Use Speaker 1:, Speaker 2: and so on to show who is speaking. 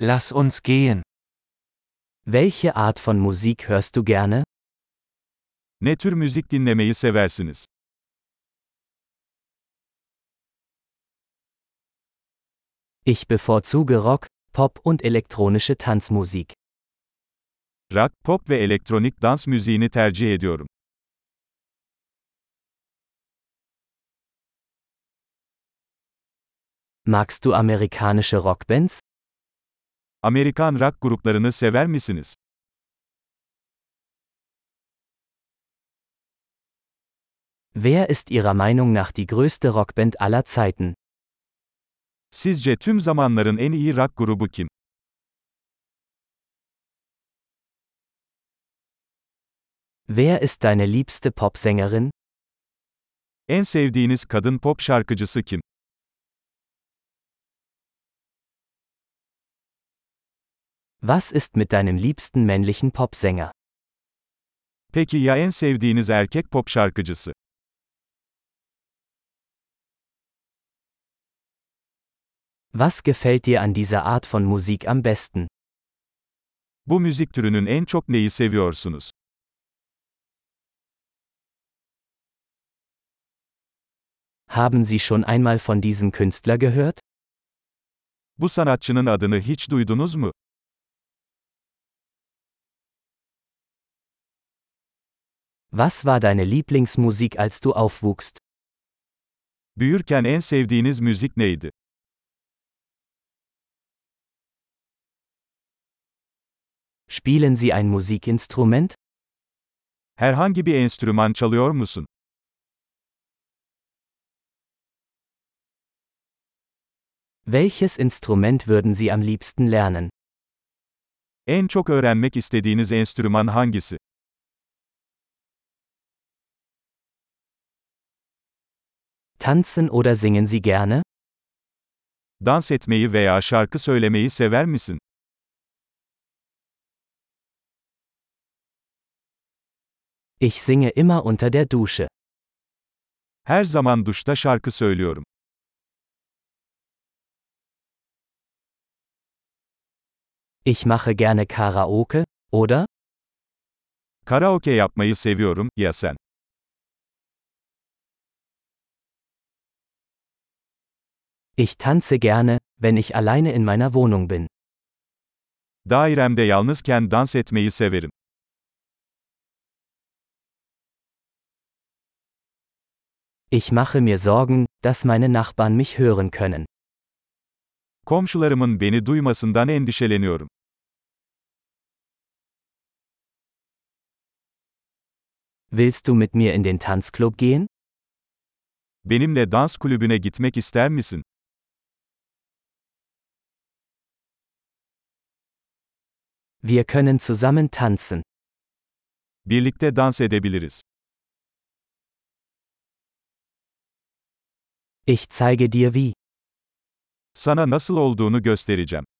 Speaker 1: Lass uns gehen.
Speaker 2: Welche Art von Musik hörst du gerne?
Speaker 3: Ne tür müzik dinlemeyi seversiniz?
Speaker 2: Ich bevorzuge Rock, Pop und elektronische Tanzmusik.
Speaker 3: Rock, pop ve elektronik dans müziğini tercih ediyorum.
Speaker 2: Magst du amerikanische Rockbands?
Speaker 3: Amerikan rock gruplarını sever misiniz?
Speaker 2: Wer ist Ihrer Meinung nach die größte Rockband aller Zeiten?
Speaker 3: Sizce tüm zamanların en iyi rock grubu kim?
Speaker 2: Wer ist deine liebste Popsängerin?
Speaker 3: En sevdiğiniz kadın pop şarkıcısı kim?
Speaker 2: Was ist mit deinem liebsten männlichen Popsänger?
Speaker 3: Peki ya en sevdiğiniz erkek pop şarkıcısı?
Speaker 2: Was gefällt dir an dieser Art von Musik am besten?
Speaker 3: Bu müzik türünün en çok neyi seviyorsunuz?
Speaker 2: Haben Sie schon einmal von diesem Künstler gehört?
Speaker 3: Bu sanatçının adını hiç duydunuz mu?
Speaker 2: Was war deine Lieblingsmusik, als du aufwuchst?
Speaker 3: Büyürken en sevdiğiniz müzik neydi?
Speaker 2: Spielen Sie ein Musikinstrument?
Speaker 3: Herhangi bir enstrüman çalıyor musun?
Speaker 2: Welches Instrument würden Sie am liebsten lernen?
Speaker 3: En çok öğrenmek istediğiniz enstrüman hangisi?
Speaker 2: Tanzen oder singen Sie gerne?
Speaker 3: Dans etmeyi veya şarkı söylemeyi sever misin?
Speaker 2: Ich singe immer unter der Dusche.
Speaker 3: Her zaman duşta şarkı söylüyorum.
Speaker 2: Ich mache gerne Karaoke, oder?
Speaker 3: Karaoke yapmayı seviyorum, ya sen?
Speaker 2: Ich tanze gerne, wenn ich alleine in meiner Wohnung bin.
Speaker 3: Dairemde yalnızken dans etmeyi severim.
Speaker 2: Ich mache mir Sorgen, dass meine Nachbarn mich hören können.
Speaker 3: Komşularımın beni duymasından endişeleniyorum.
Speaker 2: Willst du mit mir in den Tanzclub gehen?
Speaker 3: Benimle dans kulübüne gitmek ister misin?
Speaker 2: Wir können zusammen tanzen.
Speaker 3: Birlikte dans edebiliriz.
Speaker 2: Ich zeige dir wie.
Speaker 3: Sana nasıl olduğunu göstereceğim.